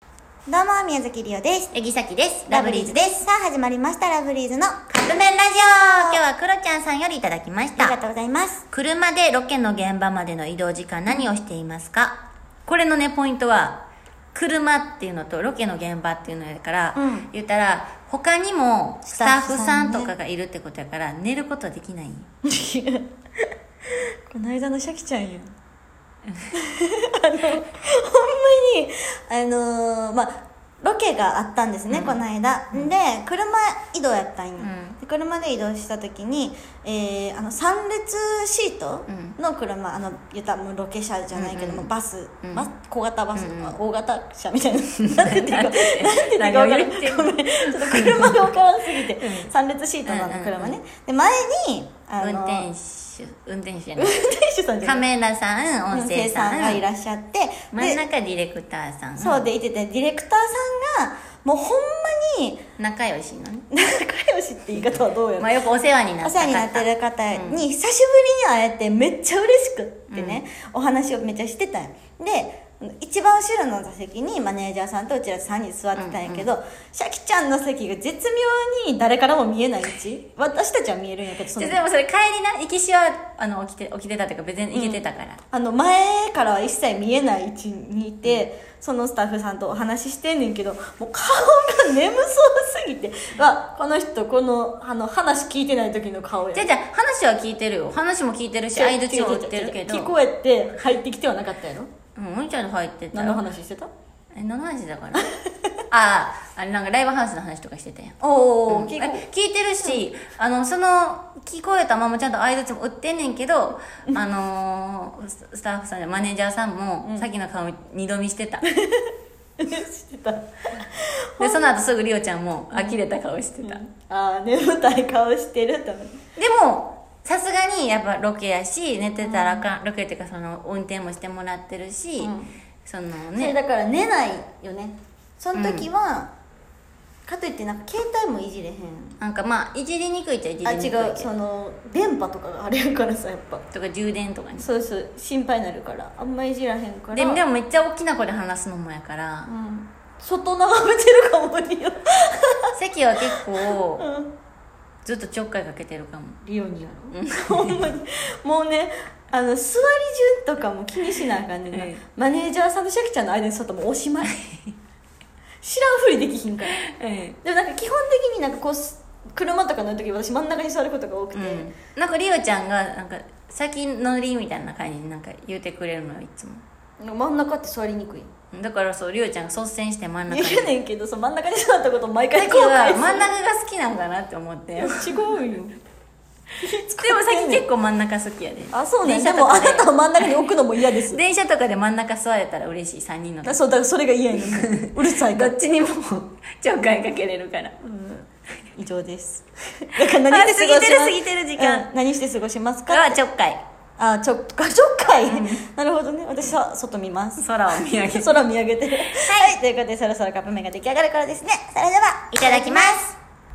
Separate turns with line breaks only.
どうも、宮崎りおです。
えぎさきです。
ラブリーズです。さあ、始まりました、ラブリーズのあ
カップ麺ラジオ今日はクロちゃんさんよりいただきまし
りが
た。
とうございます。
車でロケの現場までの移動時間何をしていますかこれのね、ポイントは、車っていうのとロケの現場っていうのやから、
うん
言ったら、他にもスタッフさん
スタッフさんね
とかがいるってことやから、寝ることはできない。
この間のシャキちゃん やん。あの、ほんまに、あのーまあ、ロケがあったんですね、この間。で、車移動やったんよ、
ん
で車で移動した時に、えー、あの、3列シートの車、あの、言ったらもうロケ車じゃないけども、バス、
ん
バス、小型バスとか、大型車みたいな。なんて言っていいか、なんて言っていいか
何を
分からん
言ってん
ご
の
めんちょっと車が分からんすぎて、3列シートなの、車ね。で、前に、あの、
運転手、運転手じゃない。
運転手さんじゃ
カ
ない
メラさん、
運
音声
転
さ
さんがい
ん。
らっしゃって、
真ん
で、
中ディレクターさん。
そうでいてて、ディレクターさんが、もうほんまに、
仲良しのね。
仲良しって言い方はどうや
ま
ろ
あよくお世話にな
お
っ
世
た
話
方。
になってる方に久しぶりに会えてめっちゃ嬉しくってね、お話をめっちゃしてたんよで一番後ろの座席にマネージャーさんとうちら3人座ってたんやけど、シャキちゃんの席が絶妙に誰からも見えないうち私たちは見えるんやけどその
ででもそれ帰りな行きしはあの起きて起きてたというか別に行けてたから、
あの前からは一切見えない位置にいて、そのスタッフさんとお話ししてんねんけどもう顔が眠そうすぎてわこの人このあの話聞いてない時の顔や
じゃあじゃあ話は聞いてるよ話も聞いてるし相槌も打ってるけど
聞こえて入ってきてはなかったやろ
うんお兄ちゃんの入ってた
何
よ
の話 してた
え何の話だから あああれなんかライブハウスの話とかしてたやん
おお、
うん
聞
え
こ
聞いてるし、あのその聞こえたままちゃんと相槌も打ってんねんけど、あのーススタッフさんじゃマネージャーさんも、さっきの顔二度見してたで
えしてた
その後すぐリオちゃんも呆れた顔してた、
ああ眠たい顔してると思って
でもさすがにやっぱロケやし寝てたらあかん、ロケっていうかその運転もしてもらってるし、
うん
その
それ
ね
だから寝ないよねその時は、かといってなんか携帯もいじれへん
なんかまあいじりにくいっちゃいじり
あ
にくい
違
けど
うその電波とかがあれやからさやっぱ
とか充電とかに
そうそう心配になるからあんまいじらへんから
ででもめっちゃ大きな声で話すのもやから、
うん、外眺めてるかもリオ
席は結構、ずっとちょっかいかけてるかも
リオにやろほんま にもうねあの座り順とかも気にしなあかんねんな、
うん
マネージャーさんとシャキちゃんの間に座ったらもうおし まい知らんふりできひんから
え
でもなんか基本的になんかこうす車とか乗る時私真ん中に座ることが多く
う
て、
ん、なんかリオちゃんがなんか先乗りみたいな感じになんか言うてくれるのよいつも
真ん中って座りにくい
だからそうリオちゃんが率先して真ん中に
言うねんけどその真ん中に座ったこと毎回
さっき
後
は
悔
真ん中が好きなんかなって思ってでも
する違うよ
さっき結構真ん中好きやで
あそうね
電
で
車と
もあ
か
なたを真ん中に置くのも嫌 です
で電車とかで真ん中座れたら嬉しい3人の
あそうだからそれが嫌やねんうるさいか
ど
ら
っちにも ちょっかいかけれるから
以上です だから何して過ごします
あ過ぎてる過ぎてる時間
うん何して過ごしますか
がちょっかい
あちょっかちょっかい、なるほどね私は外見ます
空を見上げて
空見上げてはい、ということでそろそろカップ麺が出来上がる頃ですねそれではい
ただきます